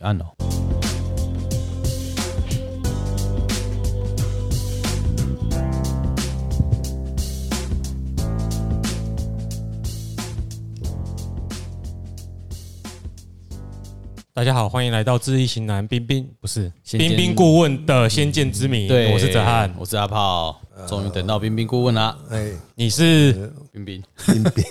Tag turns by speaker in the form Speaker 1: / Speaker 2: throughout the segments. Speaker 1: 按哦。
Speaker 2: 大家好，欢迎来到智易型男冰冰，不是
Speaker 1: 先见
Speaker 2: 冰冰顾问的先见之谜。
Speaker 1: 对，
Speaker 2: 我是哲翰，
Speaker 1: 我是阿炮，终于等到冰冰顾问啦。
Speaker 3: 哎，
Speaker 2: 你是
Speaker 1: 呃冰冰，
Speaker 3: 冰冰，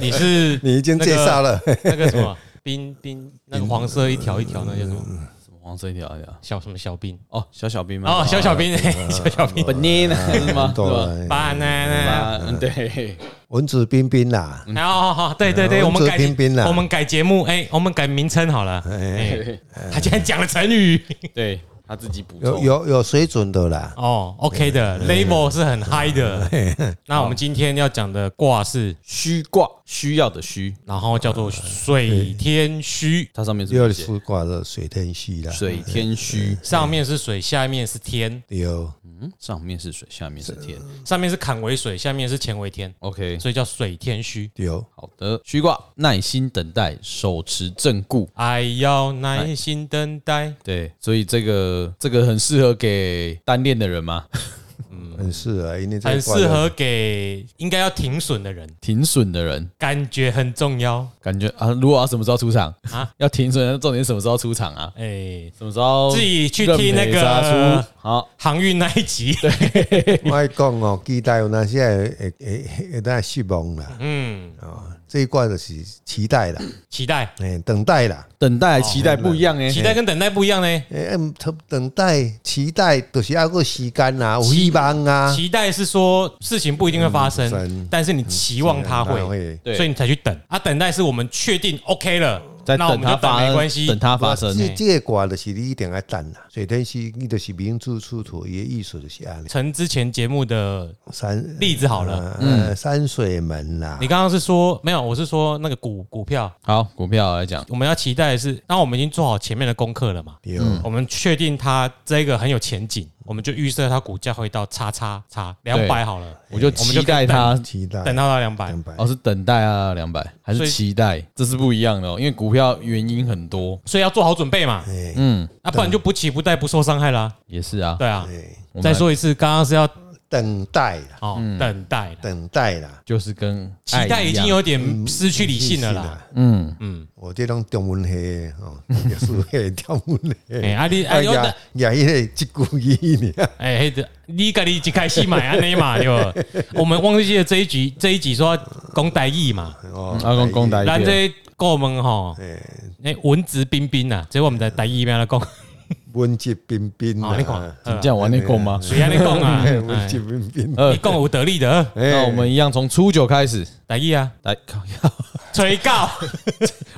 Speaker 2: 你是
Speaker 3: 你已经介绍了，
Speaker 2: 那个什么冰冰，那个黄色一条一条那叫什么
Speaker 1: 什么黄色一条一条？
Speaker 2: 小什么小冰
Speaker 1: 哦，小小冰吗？嗯
Speaker 2: 哦， 小小冰，嘿 小小冰
Speaker 1: banana 是 吗？
Speaker 3: 对
Speaker 1: 是，吧？
Speaker 2: ，banana。
Speaker 1: 啊，嗯对，
Speaker 3: 文质彬彬啦，
Speaker 2: 然后好好，对对对，
Speaker 3: 嗯
Speaker 2: 我们改
Speaker 3: 文质彬彬啦
Speaker 2: 我们改节目，哎，我们改名称好了。哎，他竟然讲了成语，
Speaker 1: 对他自己补
Speaker 3: 有
Speaker 1: 充。
Speaker 3: 有有水准的啦。
Speaker 2: 哦，OK 的，level 是很嗨的。那我们今天要讲的卦是，
Speaker 1: 虚卦，需要的虚，
Speaker 2: 然后叫做水天虚，
Speaker 1: 它上面
Speaker 3: 又
Speaker 1: 是写
Speaker 3: 是挂了水天虚啦，
Speaker 1: 水天虚，
Speaker 2: 上面是水，下面是天，
Speaker 3: 有
Speaker 1: 嗯，上面是水，下面是天。
Speaker 2: 上面是坎为水，下面是乾为天，
Speaker 1: OK，
Speaker 2: 所以叫水天虚。
Speaker 3: 有
Speaker 1: 好的，虚卦，耐心等待，手持正固。
Speaker 2: 哎，要耐心等待。
Speaker 1: 对，所以这个这个很适合给单恋的人吗？
Speaker 3: 很适合，因为这
Speaker 2: 很
Speaker 3: 个挂了
Speaker 2: 适合给应该要停损的人，
Speaker 1: 停损的人，
Speaker 2: 感觉很重要。
Speaker 1: 感觉啊，如果要什么时候出场啊
Speaker 2: 啊？
Speaker 1: 要停损，那重点是什么时候出场啊？
Speaker 2: 哎、
Speaker 1: 什么时候
Speaker 2: 自己去
Speaker 1: 认
Speaker 2: 听那
Speaker 1: 赔
Speaker 2: 个
Speaker 1: 杀出？好，
Speaker 2: 航运那一集，
Speaker 3: 我讲哦，期待有那些会会会会当失望啦。
Speaker 2: 嗯，
Speaker 3: 哦，这一卦就是期待啦，
Speaker 2: 期待，
Speaker 3: 哎，等待啦，
Speaker 1: 等待、期待不一样哎、
Speaker 2: 哦期待跟等待不一样呢。
Speaker 3: 哎，嗯等等待、期待，就是要个时间啦，有希望啊，
Speaker 2: 期待是说事情不一定会发生，
Speaker 3: 嗯真
Speaker 2: 但是你期望它
Speaker 3: 哪
Speaker 2: 会，
Speaker 3: 会
Speaker 1: 对
Speaker 2: 所以你才去等。啊，等待是我们确定 OK 了，
Speaker 1: 在
Speaker 2: 那我
Speaker 1: 等
Speaker 2: 们
Speaker 1: 它
Speaker 2: 就等
Speaker 1: 发
Speaker 2: 没关系。啊
Speaker 1: 等它发生。
Speaker 3: 这这个卦就是你一定要等啦，水天虚，你就是明珠出土，伊的意思就是安尼。
Speaker 2: 成之前节目的
Speaker 3: 山
Speaker 2: 例子好
Speaker 1: 嗯
Speaker 2: 了，嗯
Speaker 3: 呃，山水门啦
Speaker 2: 你，刚刚是说没有，我是说那个股股票，
Speaker 1: 好，股票来讲，
Speaker 2: 我们要期待的是，那我们已经做好前面的功课了嘛？
Speaker 3: 有
Speaker 1: 嗯
Speaker 2: 我们确定它这个很有前景，我们就预设它股价会到叉叉叉两百好了，
Speaker 1: 我就
Speaker 2: 我们
Speaker 1: 期
Speaker 2: 就
Speaker 1: 待
Speaker 2: 可以
Speaker 1: 它。
Speaker 3: 期待
Speaker 2: 等到它两百
Speaker 3: 两。百
Speaker 1: 哦，是等待啊，两百还
Speaker 2: 所
Speaker 1: 是
Speaker 2: 以
Speaker 1: 期待？这是不一样的哦，因为股票原因很多。
Speaker 2: 所以要做好准备嘛，
Speaker 1: 嗯，
Speaker 2: 啊，不然就不期不待，不受伤害啦。
Speaker 1: 也是啊。
Speaker 2: 对啊，
Speaker 3: 对，
Speaker 1: 我们嗯
Speaker 2: 再说一次，刚刚是要
Speaker 3: 等待啦，
Speaker 2: 哦等待啦，
Speaker 3: 等待啦，
Speaker 1: 就是跟
Speaker 2: 期
Speaker 1: 爱
Speaker 2: 待
Speaker 1: 一
Speaker 2: 已经
Speaker 1: 样
Speaker 2: 有点失去理性了
Speaker 3: 是
Speaker 2: 啦。。
Speaker 1: 嗯，
Speaker 3: 我这种中文系哦，也是会中文
Speaker 1: 嗯
Speaker 2: 哎，
Speaker 3: 系。
Speaker 2: 啊你啊
Speaker 3: 哎
Speaker 2: 你
Speaker 3: 呀，呀，迄个即句语呢？
Speaker 2: 哎，黑的，你家己一开始买安尼 嘛，对不？我们忘记了这一集，这一集说要讲台语嘛，
Speaker 3: 哦
Speaker 1: 阿公公，
Speaker 3: 哎
Speaker 1: 打一啊
Speaker 2: 咱
Speaker 1: 遍，
Speaker 2: 这顾问吼，哎，文质彬彬呐，这我们在台语边来讲， 啊，
Speaker 3: 哎文质彬彬
Speaker 2: 你看
Speaker 3: 啦，，
Speaker 2: 呃
Speaker 1: 这样玩那够吗？
Speaker 2: 谁安尼讲 啊？
Speaker 3: 哎哦文质
Speaker 2: 哎
Speaker 3: 彬彬。哦
Speaker 1: 呃
Speaker 2: 你，讲有道理的，呃
Speaker 1: 那我们一样从初九开始
Speaker 2: 台语啊，
Speaker 1: 来靠要，
Speaker 2: 吹告，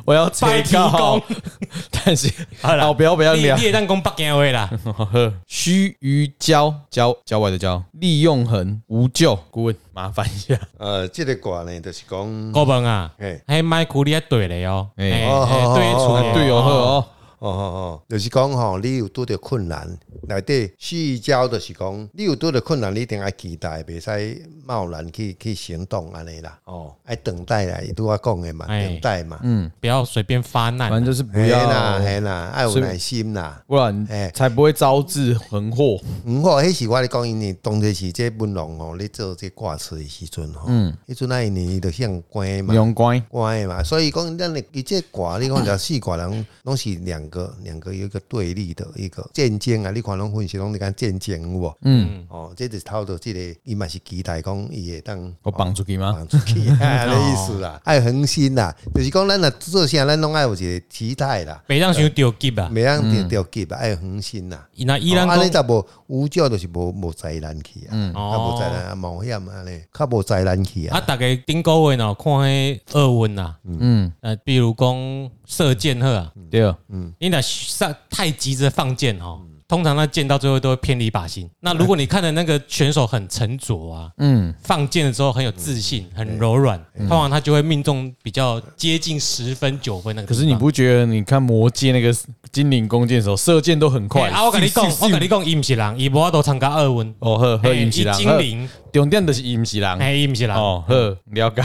Speaker 1: 我要吹
Speaker 2: 拜提
Speaker 1: 高
Speaker 2: 供，，
Speaker 1: 但是
Speaker 2: 好啦
Speaker 1: 好不要不要
Speaker 2: 你
Speaker 1: 聊
Speaker 2: 你。也当讲北京话啦，
Speaker 3: 嗯
Speaker 1: 须臾交交交外的交，利用恒无咎。顾问麻烦一下，
Speaker 3: 呃，这个卦呢，就是讲，
Speaker 2: 顾问啊，
Speaker 3: 哎，
Speaker 2: 还买苦力对嘞哦，
Speaker 1: 哎
Speaker 2: 哎，
Speaker 3: 哦
Speaker 2: 哎
Speaker 3: 哦
Speaker 2: 对
Speaker 3: 哦
Speaker 2: 处
Speaker 3: 哦
Speaker 1: 队友喝哦，
Speaker 3: 哦哦哦，就是讲吼，你有拄着困难，内底四招就是讲，你有拄着困难，你一定要期待，袂使贸然去去行动安尼啦。哦，爱等待啦，伊拄我讲的嘛，
Speaker 2: 哎
Speaker 3: 等待嘛。
Speaker 2: 不要随便发
Speaker 1: 反
Speaker 2: 难
Speaker 1: 正，就是不
Speaker 3: 嘿
Speaker 1: 要
Speaker 3: 啦，嘿啦，要有耐心啦。
Speaker 1: 不然
Speaker 3: 哎
Speaker 1: 才不会招致横祸。
Speaker 3: 毋过迄时我咧讲，因呢，当时是这文龙吼，咧做这挂词的时阵吼，迄阵那一年伊就向关嘛，
Speaker 1: 用乖，
Speaker 3: 关嘛，所以讲咱的伊这挂，你看这四挂人拢是两个 两个有一个对立的一个战争啊，你看拢分析拢咧讲战争有无？嗯，哦，这就是透着即个，伊嘛是期待讲伊会当。
Speaker 2: 哦
Speaker 1: 我绑出去
Speaker 2: 啊
Speaker 1: 吗？
Speaker 3: 放出去， 安啊尼意思啦，爱恒心啦，就是讲咱若做啥，咱拢爱有一个期待啦，
Speaker 2: 别让想丢急啊，
Speaker 3: 袂当着着急啦，爱恒心啦。
Speaker 2: 那依然
Speaker 3: 哦安尼
Speaker 2: 讲。嗯
Speaker 3: 就无无照，就是无无灾难去啊，较无灾难啊，冒险安尼，较无灾难去
Speaker 2: 啊，
Speaker 3: 啊。
Speaker 2: 大家顶个月喏，看迄二运呐，嗯，呃，比如讲射箭呵啊，
Speaker 1: 对哦，
Speaker 2: 你若上太急着放箭哦，
Speaker 1: 嗯
Speaker 2: 通常那箭到最后都会偏离靶心。那如果你看的那个选手很沉着啊，
Speaker 1: 嗯，
Speaker 2: 放箭的时候很有自信，很柔软，通常他就会命中比较接近十分九分那个
Speaker 1: 可
Speaker 2: 地方。
Speaker 1: 是你不觉得你看魔戒那个精灵弓箭手射箭都很快
Speaker 2: 嘿啊，我跟你讲，哎 我跟你讲，伊毋是人，伊无法度参加二运，
Speaker 1: 哦呵呵，
Speaker 2: 嘿
Speaker 1: 伊毋是人，
Speaker 2: 伊精灵，
Speaker 1: 呵重点就是伊毋是人。
Speaker 2: 哎，
Speaker 1: 哦
Speaker 2: 伊毋是 人，
Speaker 1: 哦呵，了解。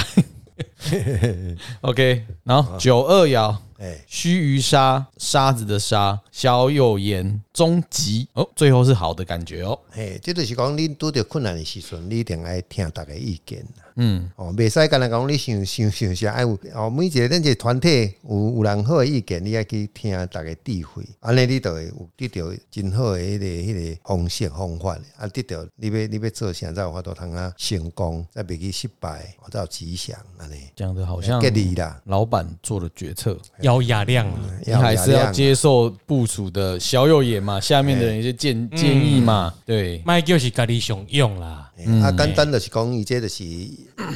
Speaker 1: OK，然后九二爻
Speaker 3: 哎，
Speaker 1: 须臾沙，沙子的沙，小有言，终极哦，最后是好的感觉哦。
Speaker 3: 嘿，这就是讲你拄着困难的时阵，你一定爱听大家意见啦。嗯，哦，袂使干那讲你想想想啥，爱有哦，每一个咱一个团体有有人好的意见，你爱去听大家智慧，安尼你就会有得到真好的迄、个迄、个方式方法，啊，得到你要你要做啥，才有法度通啊成功，才袂去失败，哦才有吉祥安尼。
Speaker 1: 讲的好像
Speaker 3: 吉利啦，
Speaker 1: 老板做的决策，
Speaker 2: 要雅量啊，
Speaker 1: 你还是
Speaker 3: 有
Speaker 1: 要
Speaker 3: 量
Speaker 1: 接受部署的小有言嘛，下面的人一些建建议嘛，对，
Speaker 2: 卖就是家己上用啦。
Speaker 3: 啊，
Speaker 1: 嗯
Speaker 3: 简单就是讲，伊这就是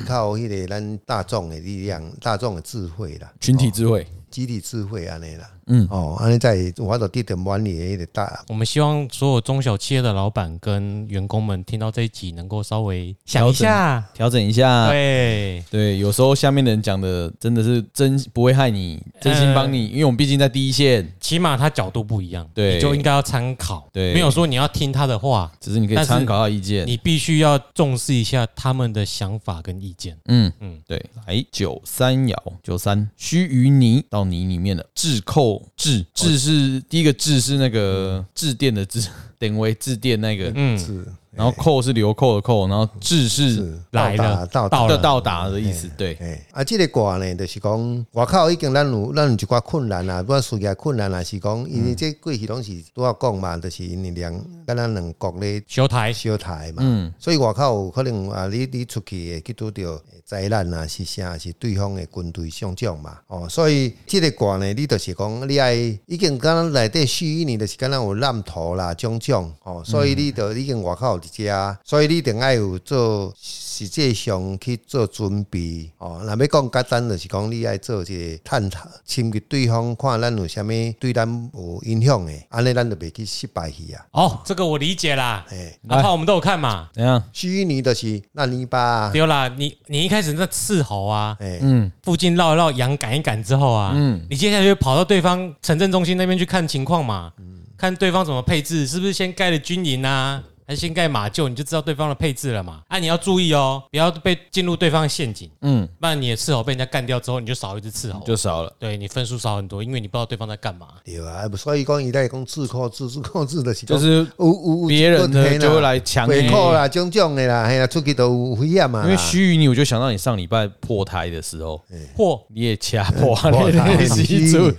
Speaker 3: 靠迄个咱大众的力量、大众的智慧啦，
Speaker 1: 群体智慧，
Speaker 3: 集体智慧安尼啦。嗯，哦，安尼在有法度得到满意的迄个答案。
Speaker 2: 我们希望所有中小企业的老板跟员工们听到这一集，能够稍微想一下，
Speaker 1: 调整一下。
Speaker 2: 对，
Speaker 1: 对，有时候下面的人讲的真的是真不会害你，真心帮你，因为我们毕竟在第一线，
Speaker 2: 起码他角度不一样，
Speaker 1: 对
Speaker 2: 你就应该要参考，
Speaker 1: 对
Speaker 2: 没有说你要听他的话，
Speaker 1: 只是你可以
Speaker 2: 但是
Speaker 1: 参考他的意见。
Speaker 2: 你必须要重视一下他们的想法跟意见。
Speaker 1: 嗯嗯，对，来九三爻九三须臾泥到泥里面了，炙扣炙
Speaker 3: 哦
Speaker 1: 炙是第一个炙是那
Speaker 3: 嗯
Speaker 1: 个致电的致， 等为致电那个，
Speaker 2: 嗯，
Speaker 3: 是
Speaker 1: 然后扣是流扣的扣，然后炙是
Speaker 3: 是
Speaker 2: 来了
Speaker 3: 到
Speaker 2: 到
Speaker 3: 达到
Speaker 1: 的
Speaker 2: 了
Speaker 1: 到达的意思，对，
Speaker 3: 诶，啊，即、个卦呢，就是讲外口已经咱有咱有一寡困难啊，不管事业困难啊，是讲因为这过去拢是拄啊讲嘛，就是因为两咱咱两国咧
Speaker 2: 修台
Speaker 3: 小台嘛，所以外口有可能啊，你你出去会去拄着灾难啊，是啥是对方的军队上将嘛，哦，所以即个卦呢，你就是讲你爱已经敢若内底虚拟就是敢若有烂土啦种种哦，所以你就已经外口有伫遮，所以你一定爱有做实际上去做准备哦。若要讲简单，就是讲你爱做一个探讨，深入对方看咱有啥物对咱有影响的，安尼咱就袂去失败去啊，
Speaker 2: 哦，这个我理解啦，
Speaker 3: 诶、
Speaker 2: 哪怕我们都有看嘛。
Speaker 1: 怎样？
Speaker 3: 虚拟就是烂泥巴、啊，
Speaker 2: 丢啦，你你一开始那斥候啊，
Speaker 3: 哎、
Speaker 2: 附近绕一绕，羊赶一赶之后啊，
Speaker 1: 嗯
Speaker 2: 你接下来就跑到对方城镇中心那边去看情况嘛，
Speaker 1: 嗯
Speaker 2: 看对方怎么配置，是不是先盖了军营啊，还是先盖马厩，你就知道对方的配置了嘛。啊，你要注意哦，不要被进入对方的陷阱，
Speaker 1: 嗯，
Speaker 2: 不然你的斥候被人家干掉之后，你就少一只斥候，
Speaker 1: 就少了。
Speaker 2: 对你分数少很多，因为你不知道对方在干嘛。
Speaker 3: 对啊，啊所以讲伊在讲自控自自控制就是
Speaker 1: 就
Speaker 3: 讲
Speaker 1: 是
Speaker 3: 有有有
Speaker 1: 别人
Speaker 3: 有
Speaker 1: 的
Speaker 3: 嘿啦
Speaker 1: 就会来抢
Speaker 3: 回
Speaker 1: 你，
Speaker 3: 扣啦、种种的啦，嘿啦，出去都有危险嘛啦。
Speaker 1: 因为须臾泥，我就想到你上礼拜破胎的时候，
Speaker 2: 或
Speaker 1: 你也掐破
Speaker 3: 嗯破
Speaker 1: 裂
Speaker 3: 胎
Speaker 1: 的时 阵，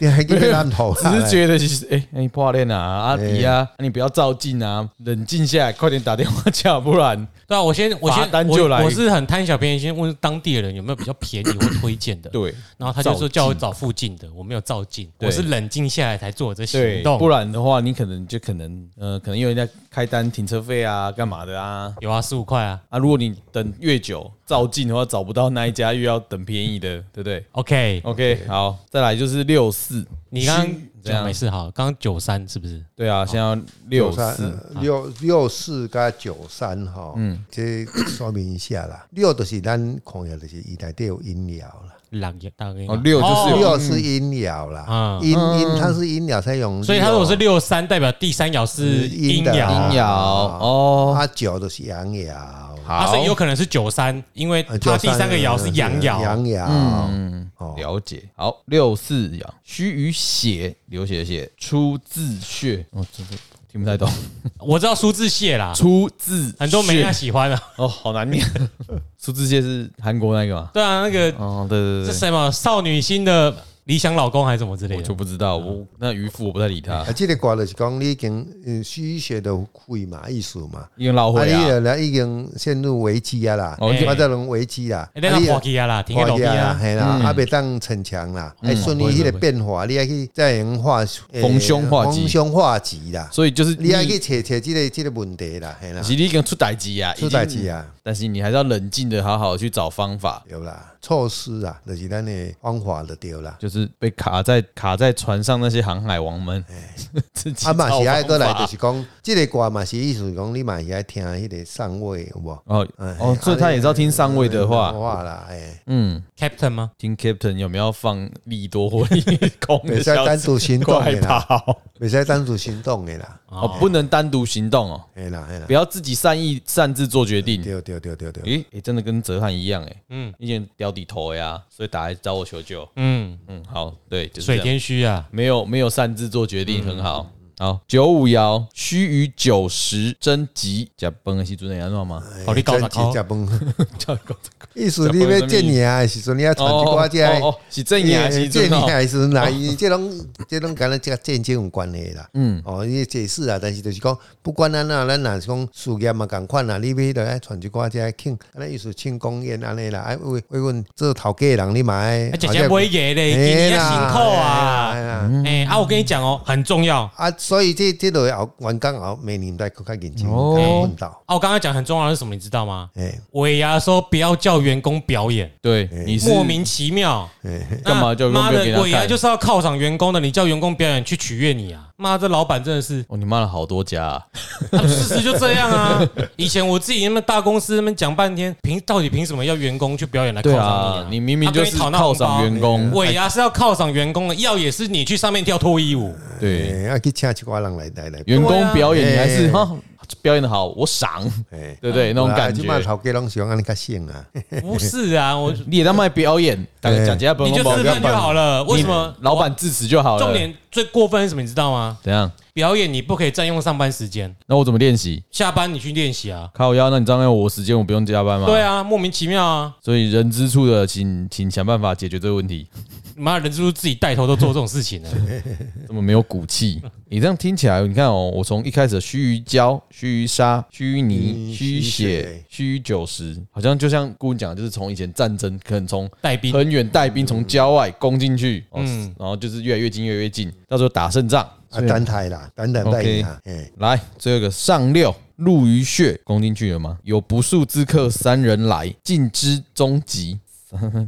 Speaker 3: 你还给你烂头啊啦，
Speaker 1: 只是觉得其实哎，哎你破裂啊，阿迪啊，你不要照镜啊，冷静下来，快点打电话叫，不然
Speaker 2: 对啊，我先我
Speaker 1: 罚
Speaker 2: 先
Speaker 1: 单就
Speaker 2: 我
Speaker 1: 来
Speaker 2: 我是很贪小便宜，先问当地的人有没有比较便宜或推荐的。
Speaker 1: 对
Speaker 2: 然后他就说叫我找附近的，我没有照镜，
Speaker 1: 对
Speaker 2: 我是冷静下来才做这
Speaker 1: 对
Speaker 2: 行，动。
Speaker 1: 不然的话，你可能就可能呃，可能因为人家开单停车费啊，干嘛的啊。
Speaker 2: 有啊，十五块啊。
Speaker 1: 啊，如果你等越久，照镜的话找不到那一家，又要等便宜的，对不对
Speaker 2: OK，
Speaker 1: ？OK，好，再来就是六四，
Speaker 2: 你刚
Speaker 1: 须
Speaker 2: 刚
Speaker 1: 这
Speaker 2: 讲
Speaker 1: 样
Speaker 2: 没事好，刚刚九三是不是？
Speaker 1: 对啊，现在要六四，
Speaker 3: 三哎嗯六六四加九三哈，嗯，这说明一下啦。六就是咱看的就是伊内底有音疗啦，
Speaker 2: 两个大概
Speaker 1: 哦嗯六就是有
Speaker 3: 六是音疗啦
Speaker 2: 啊，
Speaker 3: 音音它是音疗才用六，啊
Speaker 2: 所以他如果是六三，代表第三爻是
Speaker 3: 是
Speaker 2: 阴
Speaker 3: 呃阴的
Speaker 2: 爻
Speaker 1: 阴，爻哦，
Speaker 3: 啊九就是阳爻。
Speaker 2: 啊，所以有
Speaker 1: 好，
Speaker 2: 可能是九三，因为
Speaker 3: 啊
Speaker 2: 他第三个爻是阳爻。
Speaker 3: 阳爻，哦，
Speaker 1: 了解。好，六四爻，须臾血，流血的血，出自血，哦，这个听不太懂，
Speaker 2: 我知道苏志燮啦，
Speaker 1: 出自
Speaker 2: 很多没人
Speaker 1: 血
Speaker 2: 喜欢啊。
Speaker 1: 哦，好难念， 出自血是韩国那个吗？
Speaker 2: 对啊，那个
Speaker 1: 哦，对对
Speaker 2: 是
Speaker 1: 对对，
Speaker 2: 什么少女心的理想老公还是什么之类
Speaker 1: 我就
Speaker 2: 的？
Speaker 1: 不知道，我那渔夫我不太理他
Speaker 3: 啊，，即、个歌就是讲你已经嗯虚学的会嘛，意思嘛，
Speaker 1: 因为老
Speaker 3: 啊，
Speaker 1: 会
Speaker 3: 你
Speaker 1: 啊，
Speaker 3: 了了已经陷入危机啊啦，
Speaker 1: 哦
Speaker 2: 你
Speaker 3: 发展成危机啦，
Speaker 2: 哎，那
Speaker 3: 你
Speaker 2: 个火机啊啦，停个楼梯
Speaker 3: 啦
Speaker 2: 啊，，
Speaker 3: 系啦，啊，袂当逞强啦，哎，顺应迄个变化，你爱去再用化
Speaker 1: 逢凶化吉
Speaker 3: 逢凶化吉啦，
Speaker 1: 所以就是
Speaker 3: 你
Speaker 1: 你
Speaker 3: 爱去找找即个即个问题啦，系啦
Speaker 1: 是，你已经出代志啊，
Speaker 3: 出代志啊
Speaker 1: 已经，但是你还是要冷静的，好好地去找方法。
Speaker 3: 对啦，措施啊，就是咱的方法就对啦。
Speaker 1: 就是被卡在卡在船上那些航海王们， 自己
Speaker 3: 啊嘛是爱过
Speaker 1: 过
Speaker 3: 来，就是讲，即个歌嘛是意思讲，你嘛是爱听迄个上位，有无？
Speaker 1: 哦
Speaker 3: 哎
Speaker 1: 哦，所以他也是要听上位的
Speaker 3: 上
Speaker 1: 话，
Speaker 3: 位的话啦，哎，
Speaker 1: 嗯，
Speaker 2: Captain 吗？
Speaker 1: 听 Captain 有没有放利多或 利空
Speaker 3: 袂
Speaker 1: 的
Speaker 3: 使
Speaker 1: 消
Speaker 3: 单
Speaker 1: 息？
Speaker 3: 独行动
Speaker 1: 快
Speaker 3: 的啦，
Speaker 1: 跑！
Speaker 3: 袂使单独行动的啦，
Speaker 1: 哦，不能单独行动哦，
Speaker 3: 哎啦哎啦
Speaker 1: 不，要自己善意擅自做决定。
Speaker 3: 对对对对对，
Speaker 1: 诶、诶真的跟泽汉一样诶、
Speaker 2: 嗯
Speaker 1: 一件掉底头呀、所以打来找我求救。
Speaker 2: 嗯，
Speaker 1: 好，对，就是这
Speaker 2: 水
Speaker 1: 样
Speaker 2: 田嗯虚啊，
Speaker 1: 没有没有擅自做决定，很好。好，九五爻须臾九十真吉，假崩的时阵会安怎吗？
Speaker 2: 好你搞啥
Speaker 3: 哎真是吃饭
Speaker 1: 叫你讲
Speaker 3: 意思你要见你啊，时阵你要传 一
Speaker 1: 哦
Speaker 3: 寡这
Speaker 1: 哦
Speaker 3: 些。
Speaker 1: 哦，是正牙是
Speaker 3: 见
Speaker 1: 正
Speaker 3: 你
Speaker 1: 哦，
Speaker 3: 还是哪？伊这拢这拢跟咱这个间接有关系啦。
Speaker 1: 嗯，
Speaker 3: 哦，伊解释啊，但是就是讲，不管咱哪，咱若是讲事业嘛，共款啦，你要着爱传一寡这庆，咱意思庆功宴安尼啦，爱为为阮做头家的人，你嘛爱
Speaker 2: 而。且姐啊不会耶嘞，今年要辛苦啊！
Speaker 3: 哎啦！
Speaker 2: 哎啊，我跟你讲哦，很重要啊！
Speaker 3: 啊，所以这这类后员工后每年在更加认真
Speaker 1: 哦
Speaker 3: 奋斗。
Speaker 2: 我刚刚讲很重要的是什么，你知道吗？
Speaker 3: 哎
Speaker 2: 尾牙说不要叫员工表演，
Speaker 1: 对，你是
Speaker 2: 莫名其妙。
Speaker 3: 哎，
Speaker 1: 干嘛叫员工
Speaker 2: 那
Speaker 1: 表演给他
Speaker 2: 妈的，尾牙
Speaker 1: 看
Speaker 2: 就是要犒赏员工的，你叫员工表演去取悦你啊！妈，这老板真的是
Speaker 1: 哦，你骂了好多家啊，
Speaker 2: 啊事实就这样 啊！以前我自己那么大公司那么讲半天，凭到底凭什么要员工去表演来犒
Speaker 1: 对
Speaker 2: 赏
Speaker 1: 啊，
Speaker 2: 你
Speaker 1: 你明明就是犒赏员工
Speaker 2: 啊？，尾牙是要犒赏员工的，要也是你去上面跳脱衣 舞，
Speaker 1: 对，
Speaker 3: 哎啊，去请一寡人来来来。
Speaker 1: 员工表演你还是
Speaker 3: 哎
Speaker 1: 哈表演的好，我赏，
Speaker 3: 哎，
Speaker 1: 对不嗯对？那啊种感
Speaker 3: 即嘛
Speaker 1: 觉，
Speaker 3: 头家拢喜欢安尼较省啊。
Speaker 2: 不是 啊？我
Speaker 1: 你也在卖表演，大家讲家不
Speaker 2: 你
Speaker 1: 用
Speaker 2: 就自
Speaker 1: 办
Speaker 2: 分就好了。为什么
Speaker 1: 老板致辞就好了。
Speaker 2: 重点最过分是什么？你知道吗？
Speaker 1: 怎样？
Speaker 2: 表演你不可以占用上班时间，那
Speaker 1: 那我怎么练习？
Speaker 2: 下班你去练习啊。
Speaker 1: 靠腰，那你占用我时间，我不用加班吗？
Speaker 2: 对啊，莫名其妙啊！
Speaker 1: 所以人之处的，请请想办法解决这个问题。
Speaker 2: 妈，人是不是自己带头都做这种事情呢？
Speaker 1: 这么没有骨气，你这样听起来，你看哦，我从一开始的须臾胶、须臾沙、须臾泥、
Speaker 3: 嗯
Speaker 1: 须臾血、须臾九十，好像就像顾问讲的，就是从以前战争，可能从
Speaker 2: 带兵
Speaker 1: 很远带兵从郊外攻进去，嗯
Speaker 2: 嗯，
Speaker 1: 然后就是越来越近，越来越近，到时候打胜仗。
Speaker 3: 啊，等待啦，等待待啦。哎，
Speaker 1: 来，最后一个上六入于穴，攻进去了吗？有不速之客三人来，尽之终极。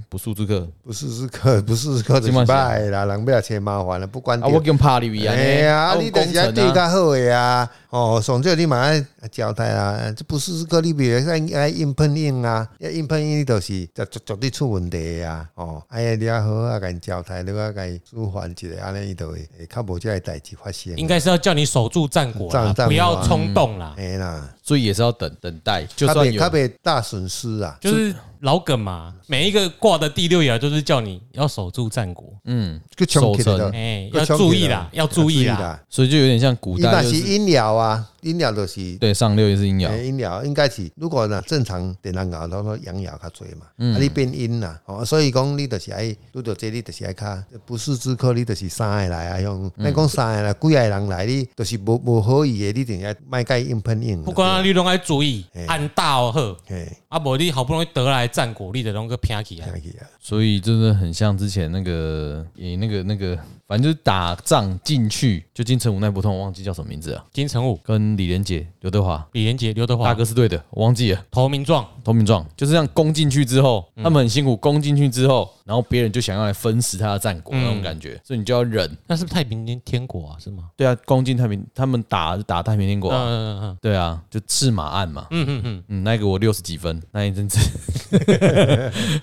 Speaker 1: 不速之客
Speaker 3: 不是是客，不是是客就是拜啦，人不要嫌麻烦了，不管
Speaker 1: 啊，我给怕你一样。
Speaker 3: 哎呀，啊
Speaker 1: 啊
Speaker 3: 你就是要对较好的啊。哦，上少你嘛要交代啊，这不是是个你别爱爱硬碰硬啊，要硬碰硬你就是绝绝绝对出问题的啊。哦，哎呀，你要好啊，甲伊交代，你要甲伊舒缓一下，安尼伊就会会较无这个代志发生。
Speaker 2: 应该是要叫你守住战果啦
Speaker 3: 战，战
Speaker 2: 不
Speaker 3: 果
Speaker 2: 要
Speaker 3: 啊
Speaker 2: 冲动啦。
Speaker 3: 哎啦，
Speaker 1: 所以也是要等等待，就
Speaker 3: 较
Speaker 1: 算
Speaker 3: 别
Speaker 1: 有
Speaker 3: 较别大损失啊。
Speaker 2: 就是老梗嘛，每一个卦的第六爻就是叫你要守住战果，
Speaker 1: 嗯，
Speaker 3: 去冲起来
Speaker 1: 守
Speaker 3: 就
Speaker 1: 成
Speaker 2: 哎，
Speaker 3: 去
Speaker 2: 要
Speaker 3: 冲
Speaker 2: 注
Speaker 3: 起
Speaker 2: 意
Speaker 3: 来
Speaker 2: 啦，要注意啦。
Speaker 3: 啦。
Speaker 1: 所以就啊有点像古
Speaker 3: 伊嘛
Speaker 1: 代、就是是
Speaker 3: 音疗啊，音疗就是
Speaker 1: 对上六也是阴
Speaker 3: 诶，
Speaker 1: 爻，
Speaker 3: 音疗哎应该是，如果若正常电人熬，拢说阳爻较侪嘛，
Speaker 2: 嗯
Speaker 3: 啊你变阴啦，哦，所以讲你就是爱，拄到这你就是爱较不是之客，你就是三个来啊，用，
Speaker 2: 嗯
Speaker 3: 咱讲三个来，几个人来，你就是无无好意的，你就是爱卖伊硬碰硬啦。
Speaker 2: 不光你拢要注意，按大哦呵，
Speaker 3: 嘿，
Speaker 2: 啊无你好不容易得来的战果，你的拢个偏起来。
Speaker 3: 听起啊，
Speaker 1: 所以真的很像之前那个诶、那个那个，反正就是打仗进去，就金城武那部通，我忘记叫什么名字啊，
Speaker 2: 金城武、
Speaker 1: 跟李连杰、刘德华、
Speaker 2: 李连杰、刘德华
Speaker 1: 大哥是对的，我忘记了。
Speaker 2: 投名状，
Speaker 1: 投名状就是这样攻进去之后，
Speaker 2: 嗯
Speaker 1: 他们很辛苦攻进去之后，然后别人就想要来分食他的战果
Speaker 2: 嗯
Speaker 1: 那种感觉，所以你就要忍。
Speaker 2: 那是不是太平天天国啊？是吗？
Speaker 1: 对啊，攻进太平，他们打打太平天国
Speaker 2: 嗯
Speaker 1: 啊、
Speaker 2: 嗯嗯
Speaker 1: 对啊，就赤马案嘛。
Speaker 2: 嗯嗯嗯，
Speaker 1: 嗯，那个我六十几分，那一 阵子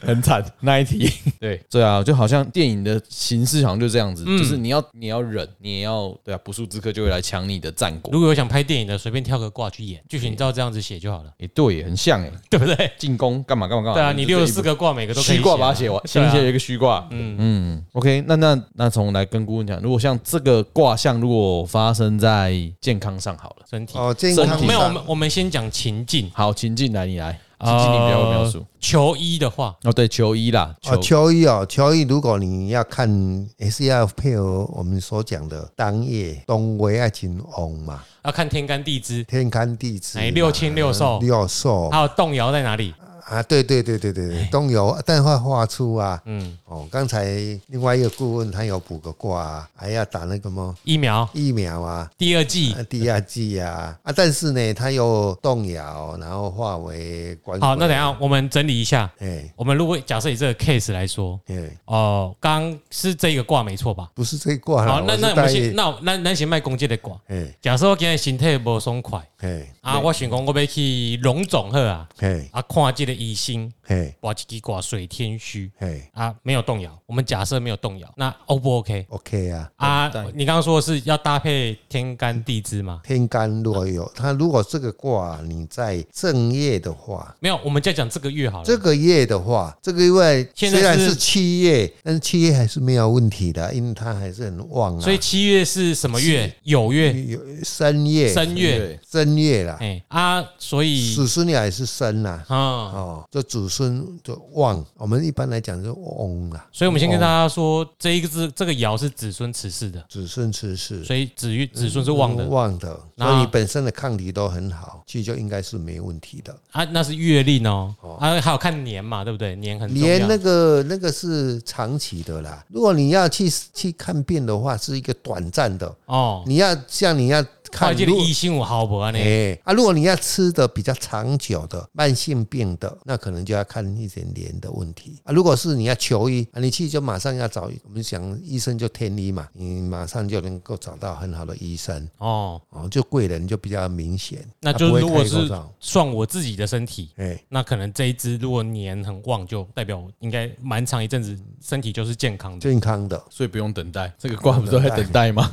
Speaker 1: 很惨，那一题。对对啊，就好像电影的形式好像就这样子，
Speaker 2: 嗯
Speaker 1: 就是你要你要忍，你也要对啊，不速之客就会来抢你的战果。
Speaker 2: 如果有想拍电影的，随便挑个卦去演，剧情照这样子写就好了，
Speaker 1: 诶，对耶，很像诶，
Speaker 2: 对不对？
Speaker 1: 进攻干嘛干嘛干嘛。
Speaker 2: 对啊，
Speaker 1: 就
Speaker 2: 你
Speaker 1: 这一
Speaker 2: 六
Speaker 1: 步
Speaker 2: 十四个卦每个都可以
Speaker 1: 虚卦把它
Speaker 2: 啊
Speaker 1: 写完，
Speaker 2: 对
Speaker 1: 先
Speaker 2: 啊
Speaker 1: 写一个虚卦。嗯嗯，OK，那那那从来跟顾问讲，如果像这个卦象，如果发生在健康上好了，
Speaker 2: 身体。
Speaker 3: 哦，健
Speaker 1: 身
Speaker 3: 康
Speaker 1: 体
Speaker 2: 没有，我
Speaker 3: 上
Speaker 2: 们我们先讲情境。
Speaker 1: 好情境来你来，
Speaker 2: 呃
Speaker 1: 情境你不要描述。
Speaker 2: 求医的话，
Speaker 1: 哦，对，求医啦，
Speaker 3: 哦，
Speaker 1: 求
Speaker 3: 秋衣哦，秋衣，如果你要看，也是要配合我们所讲的当夜东为爱情旺嘛，
Speaker 2: 要看天干地支，
Speaker 3: 天干地支嘛，嗯
Speaker 2: 哎，六亲六寿，
Speaker 3: 啊六寿
Speaker 2: 还有动摇在哪里？
Speaker 3: 啊，对对对对对对，都有，但会画出啊。
Speaker 2: 哎嗯，
Speaker 3: 哦，刚才另外一个顾问他有补个卦、啊，还要打那个么
Speaker 2: 疫苗
Speaker 3: 疫苗啊。
Speaker 2: 第二季
Speaker 3: 啊，第二季啊，啊，但是呢，他又动摇，然后化为管。
Speaker 2: 好，那等一下，我们整理一下。
Speaker 3: 哎
Speaker 2: 我们如果假设以这个 case 来说，
Speaker 3: 哎，
Speaker 2: 哦，刚是这个卦没错吧？
Speaker 3: 不是这一卦啦
Speaker 2: 好，那
Speaker 3: 是
Speaker 2: 那我们
Speaker 3: 带
Speaker 2: 先，那那咱先卖公介的卦。
Speaker 3: 哎
Speaker 2: 假设我今天身体不爽快
Speaker 3: 哎
Speaker 2: 啊，我想讲我要去龙总好啊，
Speaker 3: 哎
Speaker 2: 啊，看这个疑心，
Speaker 3: 嘿，
Speaker 2: 挂几挂水天虚
Speaker 3: 嘿
Speaker 2: 啊，没有动摇。我们假设没有动摇，那 O 不 OK
Speaker 3: ，OK 啊。
Speaker 2: 啊
Speaker 1: 对？
Speaker 2: 你刚刚说的是要搭配天干地支嘛？
Speaker 3: 天干如果有它，如果这个卦你在正月的话，
Speaker 2: 没有，我们再讲这个月好了。
Speaker 3: 这个月的话，这个月
Speaker 2: 现
Speaker 3: 虽
Speaker 2: 在是
Speaker 3: 然是七月，但是七月还是没有问题的，因为它还是很旺啊。
Speaker 2: 所以七月是什么月？酉月、
Speaker 3: 有申月，
Speaker 2: 申月。
Speaker 1: 对，
Speaker 3: 申月啦，
Speaker 2: 哎啊，所以
Speaker 3: 子孙也还是申啦。
Speaker 2: 啊，
Speaker 3: 哦，就子孙就旺，我们一般来讲就翁啊啦，
Speaker 2: 所以我们先跟大
Speaker 3: 他
Speaker 2: 家说，这一个字这个爻是子孙持世的，
Speaker 3: 子孙持世，
Speaker 2: 所以子曰子孙是旺的
Speaker 3: 旺的，
Speaker 2: 那
Speaker 3: 所以你本身的抗体都很好，其实就应该是没问题的。
Speaker 2: 啊，那是月令哦，啊，还有看年嘛，对不对？年很重
Speaker 3: 连
Speaker 2: 要
Speaker 3: 那。个那个是长期的啦，如果你要去去看病的话，是一个短暂的，
Speaker 2: 哦，
Speaker 3: 你要像你要
Speaker 2: 跨
Speaker 3: 看
Speaker 2: 界的
Speaker 3: 如
Speaker 2: 异性我好不啊
Speaker 3: 哎、
Speaker 2: 呢？
Speaker 3: 啊，如果你要吃的比较长久的慢性病的，那可能就要看一点年的问题啊。如果是你要求医啊，你去就马上要找，我们讲医生就天医嘛，你马上就能够找到很好的医生
Speaker 2: 哦，
Speaker 3: 哦，就贵人就比较明显。
Speaker 2: 那
Speaker 3: 他
Speaker 2: 就
Speaker 3: 不会
Speaker 2: 如果
Speaker 3: 开口
Speaker 2: 是
Speaker 3: 罩
Speaker 2: 算我自己的身体，
Speaker 3: 哎、
Speaker 2: 那可能这一支如果年很旺，就代表我应该蛮长一阵子身体就是健康的。
Speaker 3: 健康的，
Speaker 1: 所以不用等待，这个卦不都在等待吗？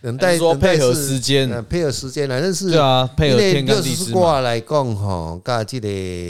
Speaker 3: 等
Speaker 1: 还
Speaker 3: 待
Speaker 1: 是说
Speaker 3: 等待
Speaker 1: 配合
Speaker 3: 是
Speaker 1: 时间
Speaker 3: 呃配合时间来，但 是
Speaker 1: 对啊，配合天干
Speaker 3: 六
Speaker 1: 地
Speaker 3: 十
Speaker 1: 支
Speaker 3: 四
Speaker 1: 嘛。
Speaker 3: 卦来讲吼，甲这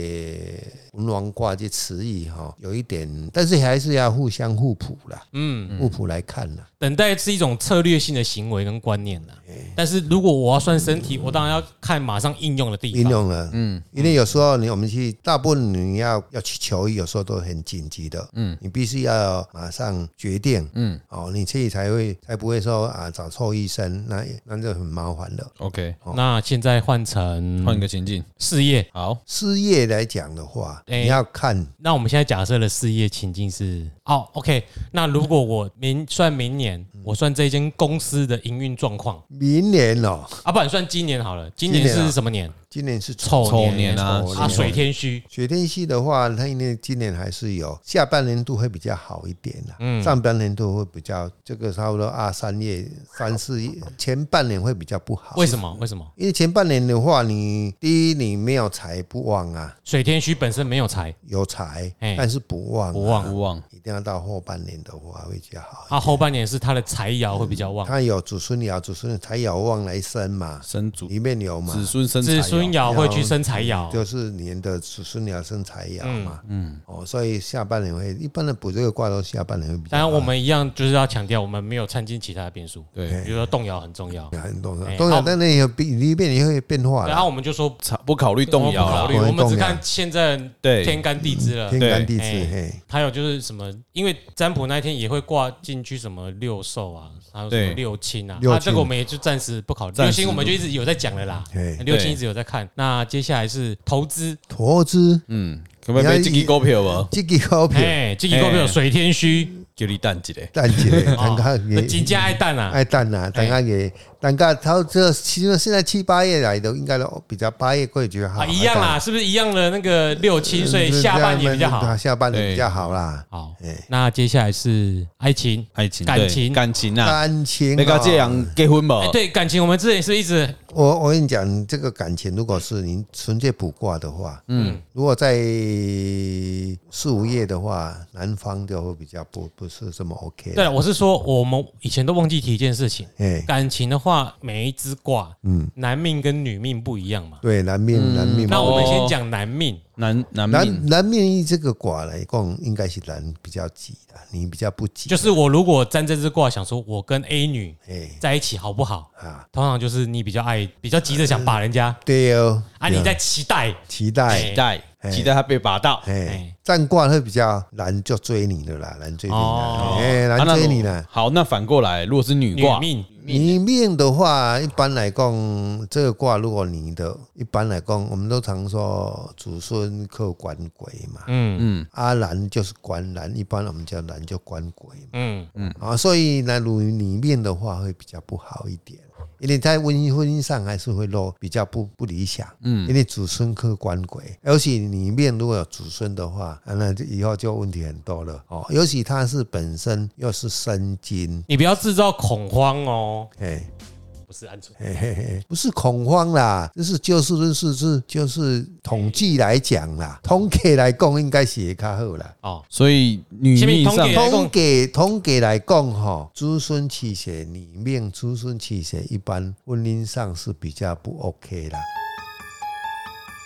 Speaker 3: 个文王卦这词义吼，有一点，但是还是要互相互补啦，嗯，互补来看啦。
Speaker 2: 等待是一种策略性的行为跟观念呐，啊
Speaker 3: 哎
Speaker 2: 但是如果我要算身体，我当然要看马上应用的地
Speaker 3: 应
Speaker 2: 方。
Speaker 3: 用了，嗯，因为有时候你我们去，大部分你要要去求医，有时候都很紧急的，嗯，你必须要马上决定，嗯，哦，你这才会才不会说啊找错医生，那那就很麻烦了。
Speaker 1: OK，
Speaker 3: 哦
Speaker 2: 那现在换成
Speaker 1: 换一个情境，
Speaker 2: 事业，
Speaker 1: 好，
Speaker 3: 事业来讲的话，
Speaker 2: 哎
Speaker 3: 你要看
Speaker 2: 那我们现在假设的事业情境是哦，OK，那如果我明算明年，
Speaker 3: 嗯
Speaker 2: 我算这间公司的营运状况
Speaker 3: 明年哦，
Speaker 2: 啊，不然算今年好了，今
Speaker 3: 今
Speaker 2: 年
Speaker 3: 年啊
Speaker 2: 是什么年？
Speaker 3: 今年是
Speaker 2: 丑
Speaker 1: 丑
Speaker 2: 年
Speaker 1: 年啊
Speaker 3: 丑
Speaker 2: 啊，
Speaker 3: 年哦
Speaker 2: 水天虚，
Speaker 3: 雪天系的话，它因为今年还是有下半年度会比较好一点啦，上半年度会比较这个差不多二三月、三四月前半年会比较不好。
Speaker 2: 为什么？为什么？
Speaker 3: 因为前半年的话，你第一你没有财不旺啊，
Speaker 2: 水天虚本身没有财，
Speaker 3: 有财
Speaker 2: 哎
Speaker 3: 但是不旺、啊，
Speaker 2: 不旺
Speaker 1: 勿忘
Speaker 3: 一定要到后半年的话会比较好。
Speaker 2: 啊，后半年是他的财爻会比较旺，
Speaker 3: 它有子孙爻，子孙才有旺来生嘛，
Speaker 1: 生祖
Speaker 3: 里面有嘛，
Speaker 1: 子孙生财
Speaker 2: 子
Speaker 1: 爻
Speaker 2: 孙爻会去生财爻，
Speaker 3: 就是年的子孙爻生财爻嘛，嗯，哦，所以下半年会一般的补这个卦都下半年会比较
Speaker 2: 当
Speaker 3: 好。
Speaker 2: 然我们一样就是要强调，我们没有参进其他的变数，
Speaker 1: 对，
Speaker 2: 比如说动摇很重要，
Speaker 3: 很动
Speaker 2: 哎
Speaker 3: 摇，动
Speaker 2: 好
Speaker 3: 摇，但那也变里面也会变化
Speaker 2: 然后
Speaker 3: 了。
Speaker 2: 我们就说
Speaker 1: 草不考虑动摇
Speaker 2: 我们不考虑，
Speaker 1: 啦，
Speaker 3: 不会
Speaker 2: 我们只
Speaker 3: 动摇嗯
Speaker 2: 看现在
Speaker 1: 对
Speaker 2: 天干地支了
Speaker 3: 天。干地支，
Speaker 2: 对哎
Speaker 3: 嘿，
Speaker 2: 还有就是什么，因为占卜那天也会挂进去什么六寿啊，还有什么
Speaker 1: 对
Speaker 2: 六亲啊，
Speaker 3: 六
Speaker 2: 啊，
Speaker 3: 亲
Speaker 2: 这个我们也就暂时不考虑。
Speaker 1: 暂
Speaker 2: 六
Speaker 1: 时
Speaker 2: 亲我们就一直有在讲了啦哎
Speaker 3: 嘿，
Speaker 2: 六亲一直有在看。那接下来是投资，
Speaker 3: 驼子，
Speaker 1: 嗯，可不可以自己股票无？
Speaker 3: 这个股票
Speaker 2: 哎，这个股票
Speaker 1: 嘿
Speaker 2: 水天虚，
Speaker 1: 叫你等一下，
Speaker 3: 蛋姐，
Speaker 2: 哦
Speaker 3: 蛋糕
Speaker 2: 那
Speaker 3: 也
Speaker 2: 金家爱蛋啊，
Speaker 3: 爱蛋啊，蛋糕也蛋糕，它这其实现在七八月来的，应该都比较八月过去好哎
Speaker 2: 啊，一样啦，是不是一样的那个六亲，所以下半年比较好
Speaker 3: 嗯。下半年比较好啦。
Speaker 2: 好
Speaker 3: 哎，
Speaker 2: 那接下来是爱情，
Speaker 1: 爱情
Speaker 2: 感
Speaker 1: 对
Speaker 2: 情
Speaker 1: 感情啊，
Speaker 3: 感情
Speaker 1: 你
Speaker 3: 哦，
Speaker 1: 跟这人结婚
Speaker 2: 哎，
Speaker 1: 无？
Speaker 2: 对感情，我们之前是一直
Speaker 3: 我我跟你讲，这个感情，如果是您纯粹卜卦的话，嗯，如果在四五月的话，男方就会比较不不是这么 OK
Speaker 2: 对
Speaker 3: 的。
Speaker 2: 了，我是说我们以前都忘记提一件事情，
Speaker 3: 哎，
Speaker 2: 感情的话，每一只卦，嗯，男命跟女命不一样嘛。嗯
Speaker 3: 对，男命男命，
Speaker 2: 那我们先讲男命，
Speaker 1: 男男
Speaker 3: 男
Speaker 1: 命
Speaker 3: 男命以这个卦来讲，应该是男比较急的，你比较不急，
Speaker 2: 就是我如果占这只卦，想说我跟 A 女
Speaker 3: 哎
Speaker 2: 在一起好不好？
Speaker 3: 啊，
Speaker 2: 通常就是你比较爱，比较急着想把人家
Speaker 3: 对哦，
Speaker 2: 啊，
Speaker 3: 对
Speaker 2: 你
Speaker 3: 哦
Speaker 2: 在期待，
Speaker 3: 期待
Speaker 1: 期，待
Speaker 3: 哎
Speaker 1: 期待他被拔到，
Speaker 3: 哎
Speaker 2: 哎，
Speaker 3: 占卦会比较难就追你的啦，难追你
Speaker 2: 哦
Speaker 3: 啦，哎，
Speaker 1: 啊
Speaker 3: 难
Speaker 1: 那
Speaker 3: 追
Speaker 1: 如
Speaker 3: 你啦。
Speaker 1: 好，那反过来，如果是女
Speaker 2: 女
Speaker 1: 卦，
Speaker 2: 命
Speaker 3: 你命的话，一般来讲，这个卦如果你的，一般来讲，我们都常说祖孙克官鬼嘛，
Speaker 2: 嗯
Speaker 3: 嗯，阿兰就是官兰，一般我们叫兰就官鬼嘛，
Speaker 2: 嗯，
Speaker 3: 啊，所以呢，如你命的话会比较不好一点，因为在婚姻婚姻上还是会落比较不不理想，嗯，因为祖孙克官鬼，尤其你命如果有祖孙的话，啊那就以后就问题很多了哦，尤其他是本身又是生金，
Speaker 2: 你不要制造恐慌哦。
Speaker 3: 哎，
Speaker 4: 不是鹌鹑。
Speaker 3: 嘿嘿嘿，不是恐慌啦，就是就事论事，是就是统计来讲啦，统计来讲应该是会较好啦。
Speaker 2: 哦，
Speaker 1: 所以女命
Speaker 2: 下
Speaker 1: 上
Speaker 2: 面来讲
Speaker 3: 统计统计来讲吼，子孙气血里面子孙气血一般婚姻上是比较不 OK 啦。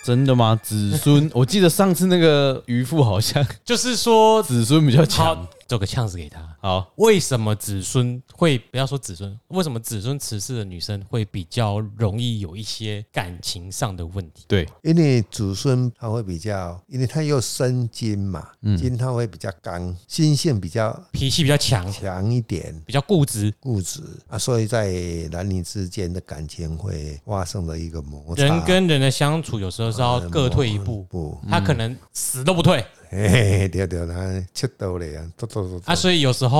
Speaker 1: 真的吗？ 子孙，我记得上次那个渔夫好像
Speaker 2: 就是说，
Speaker 1: 子孙比较强
Speaker 2: 好。做个呛死给他。
Speaker 1: 好，
Speaker 2: 为什么子孙会不要说子孙？为什么子孙辞世的女生会比较容易有一些感情上的问题？
Speaker 1: 对，
Speaker 3: 因为子孙他会比较，因为他又生金嘛，
Speaker 2: 嗯
Speaker 3: 金他会比较刚，心性比较
Speaker 2: 脾气比较强，
Speaker 3: 强一点，
Speaker 2: 比较固执，
Speaker 3: 固执啊，所以在男女之间的感情会发生了一个摩擦。
Speaker 2: 人跟人的相处有时候是要各退一步，
Speaker 3: 不，
Speaker 2: 他可能死都不退
Speaker 3: 嘿嘿，对对，他切到了呀，都都都
Speaker 2: 啊。所以有时候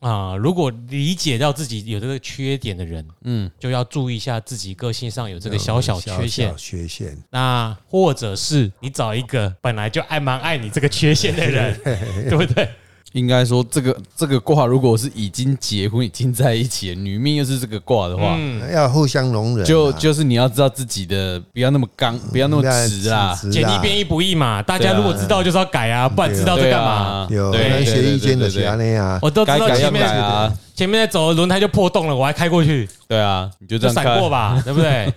Speaker 2: 啊、如果理解到自己有这个缺点的人，嗯，就要注意一下自己个性上有这个小小缺陷
Speaker 3: 小。缺陷，
Speaker 2: 那或者是你找一个本来就爱蛮爱你这个缺陷的人， 对不对？
Speaker 1: 应该说这个这个卦，如果是已经结婚、已经在一起的，女命又是这个卦的话，
Speaker 2: 嗯
Speaker 3: 要互相容忍啊，
Speaker 1: 就就是你要知道自己的，不要那么刚，不要那么直啊。
Speaker 3: 直
Speaker 2: 简历变
Speaker 3: 啦。
Speaker 2: 易不易嘛，大家如果知道就是要改啊，不然知道在
Speaker 1: 对
Speaker 2: 干
Speaker 1: 啊
Speaker 2: 嘛？
Speaker 3: 有
Speaker 1: 对
Speaker 3: 那
Speaker 1: 对
Speaker 3: 学
Speaker 1: 对
Speaker 3: 意见的
Speaker 1: 对
Speaker 3: 是安
Speaker 1: 对，
Speaker 3: 尼啊，
Speaker 2: 我都知
Speaker 1: 该
Speaker 2: 道
Speaker 1: 改要
Speaker 2: 前
Speaker 1: 改
Speaker 2: 面
Speaker 1: 啊，
Speaker 2: 前面在走的轮胎就破洞了，我还开过去，
Speaker 1: 对啊，你就这样
Speaker 2: 就闪
Speaker 1: 看
Speaker 2: 过。吧，对不对？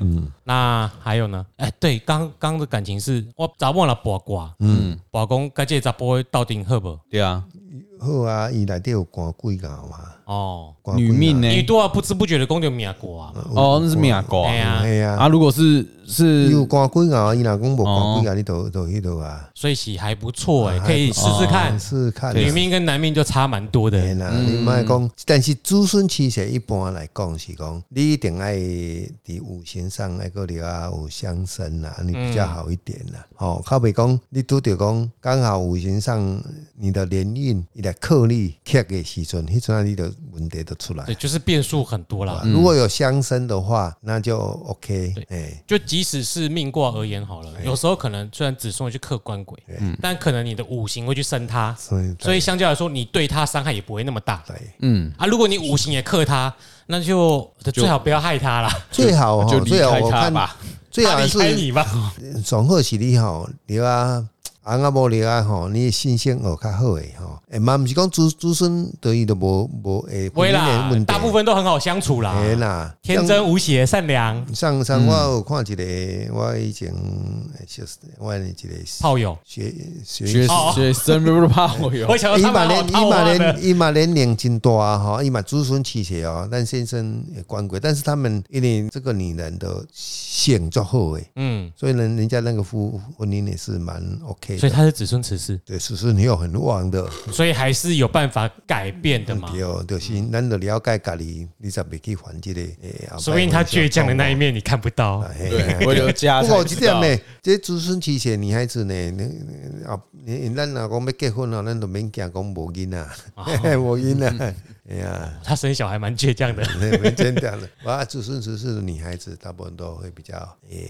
Speaker 2: 那还有呢？哎，对，刚刚的感情是我咋忘了八卦？嗯，八公该这咋不会到顶好不？
Speaker 1: 对啊，
Speaker 3: 好啊，伊内底有官贵啊嘛，
Speaker 2: 哦，
Speaker 3: 官
Speaker 1: 女命呢？
Speaker 2: 你多少啊不知不觉的讲着命卦啊，
Speaker 1: 哦，那是命卦
Speaker 2: 哎呀，
Speaker 3: 哎呀，
Speaker 1: 啊。如果是
Speaker 3: 伊有
Speaker 1: 是
Speaker 3: 官贵啊，伊若讲无官贵
Speaker 1: 哦
Speaker 3: 啊，你都都迄度啊，
Speaker 2: 所以是还不错哎，可以试试看。
Speaker 3: 试试看啊。
Speaker 2: 女命跟男命就差蛮多的，
Speaker 3: 嘿啦，
Speaker 1: 嗯
Speaker 3: 你莫讲，但是子孙其实一般来讲是讲，你一定爱伫五行上爱个了啊，有相生啦，你比较好一点啦。
Speaker 1: 嗯
Speaker 3: 哦，靠袂讲，你拄着讲刚好五行上你的连运，伊来克力克的时阵，迄阵啊你的问题就出来
Speaker 2: 对，。就是变数很多啦。
Speaker 3: 啊如果有相生的话，那就 OK
Speaker 2: 嗯对。
Speaker 3: 哎，
Speaker 2: 就即使是命卦而言好了，有时候可能虽然子孙会去克官鬼，但可能你的五行会去生他，
Speaker 3: 所以
Speaker 2: 所以相较来说，你对他伤害也不会那么大
Speaker 3: 对，
Speaker 1: 嗯，
Speaker 2: 啊。如果你五行也克他，那就最好不要害他啦，
Speaker 3: 最好
Speaker 2: 嗯
Speaker 3: 哦
Speaker 1: 就离
Speaker 3: 最好
Speaker 1: 开
Speaker 3: 我
Speaker 1: 他
Speaker 3: 看
Speaker 1: 吧。
Speaker 3: 最好
Speaker 2: 他啊离开
Speaker 3: 是
Speaker 2: 你吧。
Speaker 3: 上好是你吼，你啊，翁啊无你啊吼，你的心性学较好诶吼。诶，嘛毋是讲子子孙对伊都无无诶，
Speaker 2: 不会啦
Speaker 3: 有那个问，题哎
Speaker 2: 大部分都很好相处啦，
Speaker 3: 诶啦，
Speaker 2: 天真嗯无邪，善良，
Speaker 3: 像。上上我有看一个，我以前就是我的一个
Speaker 2: 炮友。
Speaker 3: 学学
Speaker 1: 学
Speaker 2: 哦
Speaker 1: 学生不是怕我有
Speaker 2: 我 想
Speaker 3: 伊
Speaker 2: 到他
Speaker 3: 嘛
Speaker 2: 们好
Speaker 3: 年
Speaker 2: 讨
Speaker 3: 伊嘛
Speaker 2: 我的
Speaker 3: 年，伊嘛年龄真大啊吼，伊嘛子孙气血哦，但先生也关过，但是他们因为这个女人的性足好诶，
Speaker 2: 嗯，
Speaker 3: 所以呢，人家那个夫婚姻也是蛮 OK
Speaker 2: 所以
Speaker 3: 的，
Speaker 2: 他是子孙此世，
Speaker 3: 对，子孙又很旺的。
Speaker 2: 所以还是有办法改变的嘛。嗯
Speaker 3: 对，就是咱就了解家己，你才袂去烦这个。欸诶
Speaker 2: 说不定他倔强的那一。面你看不到
Speaker 3: 后。摆有人讲
Speaker 1: 对，我有家
Speaker 3: 啊嘿不
Speaker 1: 才
Speaker 3: 过这
Speaker 1: 知道
Speaker 3: 点。呢，这子孙期限女孩子呢，你啊，你咱若讲要结婚哦，咱就免惊讲无囡
Speaker 2: 哦
Speaker 3: 仔， 无 囡仔，哎呀，
Speaker 2: 他生小孩蛮倔强的，
Speaker 3: 没简单了。哇，子孙只是女孩子，大部分都会比较诶，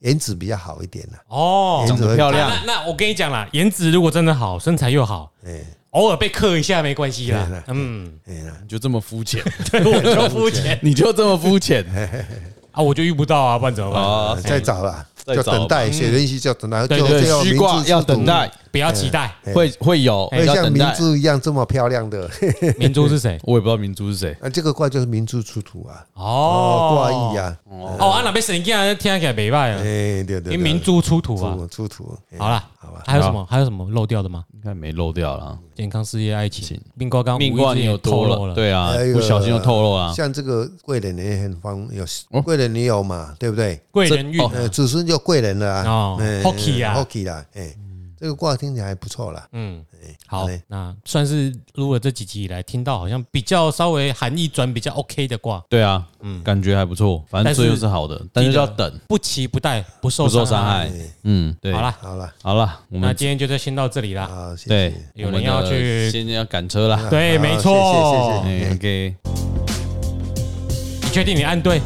Speaker 3: 颜值比较好一点啦，
Speaker 2: 哦，
Speaker 3: 颜
Speaker 1: 长
Speaker 3: 值
Speaker 1: 得
Speaker 3: 会
Speaker 1: 漂
Speaker 2: 那
Speaker 1: 亮
Speaker 2: 那那我跟你讲啦，颜值如果真的好，身材又好，
Speaker 3: 哎
Speaker 2: 偶尔被克一下没关系
Speaker 3: 对
Speaker 2: 啦
Speaker 3: 啦。
Speaker 2: 嗯，
Speaker 3: 哎啦，
Speaker 1: 你就这么肤浅，
Speaker 2: 对，我就肤浅
Speaker 1: 你就这么肤浅
Speaker 3: 哎
Speaker 2: 啊，我就遇不到啊，不然怎么办？
Speaker 1: 啊！
Speaker 3: 再找啦，
Speaker 1: 再
Speaker 3: 就
Speaker 1: 找吧嗯
Speaker 3: 等待，写人戏就等待，
Speaker 2: 对
Speaker 3: 就
Speaker 1: 对
Speaker 3: 就要，
Speaker 1: 虚
Speaker 3: 明
Speaker 1: 卦
Speaker 3: 智
Speaker 1: 要
Speaker 3: 出土
Speaker 1: 等，待，
Speaker 2: 不要期待。
Speaker 3: 哎
Speaker 1: 会会有，
Speaker 3: 会
Speaker 1: 要
Speaker 3: 像
Speaker 1: 等
Speaker 3: 明
Speaker 1: 待。
Speaker 3: 珠一样这么漂亮的。
Speaker 2: 明珠 是谁？
Speaker 1: 我也不知道明珠是谁，
Speaker 3: 啊，这个卦就是明珠出土啊，
Speaker 2: 哦
Speaker 3: 哦，，卦意。啊，
Speaker 2: 哦，啊，那边神经听起来没败
Speaker 3: 哎、
Speaker 2: 啊，
Speaker 3: 对对对，
Speaker 2: 因明珠出土啊。
Speaker 3: 出出土，哎
Speaker 2: 好啦，
Speaker 3: 好吧，
Speaker 2: 还有什么？还有什么漏掉的吗？
Speaker 1: 应该没漏掉了。
Speaker 2: 健康、事业、爱情，命卦刚刚
Speaker 1: 命
Speaker 2: 无意
Speaker 1: 卦
Speaker 2: 之
Speaker 1: 你
Speaker 2: 间
Speaker 1: 有
Speaker 2: 也透
Speaker 1: 多
Speaker 2: 露
Speaker 1: 了，
Speaker 2: 了，，
Speaker 1: 对啊
Speaker 3: 还有，
Speaker 1: 不小心就透露了。
Speaker 3: 哎像这个贵人也很方，有
Speaker 1: 啊哦
Speaker 3: 贵人也有嘛，对不对？
Speaker 2: 贵人运
Speaker 1: 这哦
Speaker 3: 呃，子孙就贵人了
Speaker 2: 哦
Speaker 3: 啊，哎
Speaker 2: hockey 啊
Speaker 3: h o c k e y 啦，哎、
Speaker 1: 嗯
Speaker 3: 这个卦听起来还不错啦，
Speaker 2: 嗯，好
Speaker 3: 好嘞，
Speaker 2: 那算是录了这几集以来，听到好像比较稍微含义转比较 OK 的卦，
Speaker 1: 对啊，
Speaker 3: 嗯
Speaker 1: 感觉还不错，反正
Speaker 2: 但是
Speaker 1: 这就是好的，但是
Speaker 2: 记得
Speaker 1: 要等，
Speaker 2: 不期不待，不受
Speaker 1: 不受伤
Speaker 2: 害。
Speaker 1: 害。
Speaker 3: 哎
Speaker 1: 嗯，对，
Speaker 2: 好啦，
Speaker 3: 好啦，
Speaker 1: 好了，我
Speaker 2: 那
Speaker 1: 们
Speaker 2: 今天就先到这里啦。
Speaker 3: 好，谢
Speaker 1: 对
Speaker 3: 谢。，
Speaker 2: 有
Speaker 1: 我们
Speaker 2: 人要
Speaker 1: 的
Speaker 2: 去
Speaker 1: 现在要赶车啦。
Speaker 2: 对，
Speaker 3: 好
Speaker 2: 没
Speaker 3: 谢谢
Speaker 2: 错。
Speaker 3: 谢谢
Speaker 1: 哎，OK，
Speaker 2: 你确定你按对？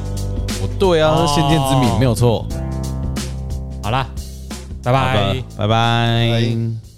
Speaker 1: 我对啊，
Speaker 2: 哦
Speaker 1: 是先见之明没有错。
Speaker 2: 好啦，
Speaker 1: 好
Speaker 2: 拜拜
Speaker 1: 吧。，拜拜。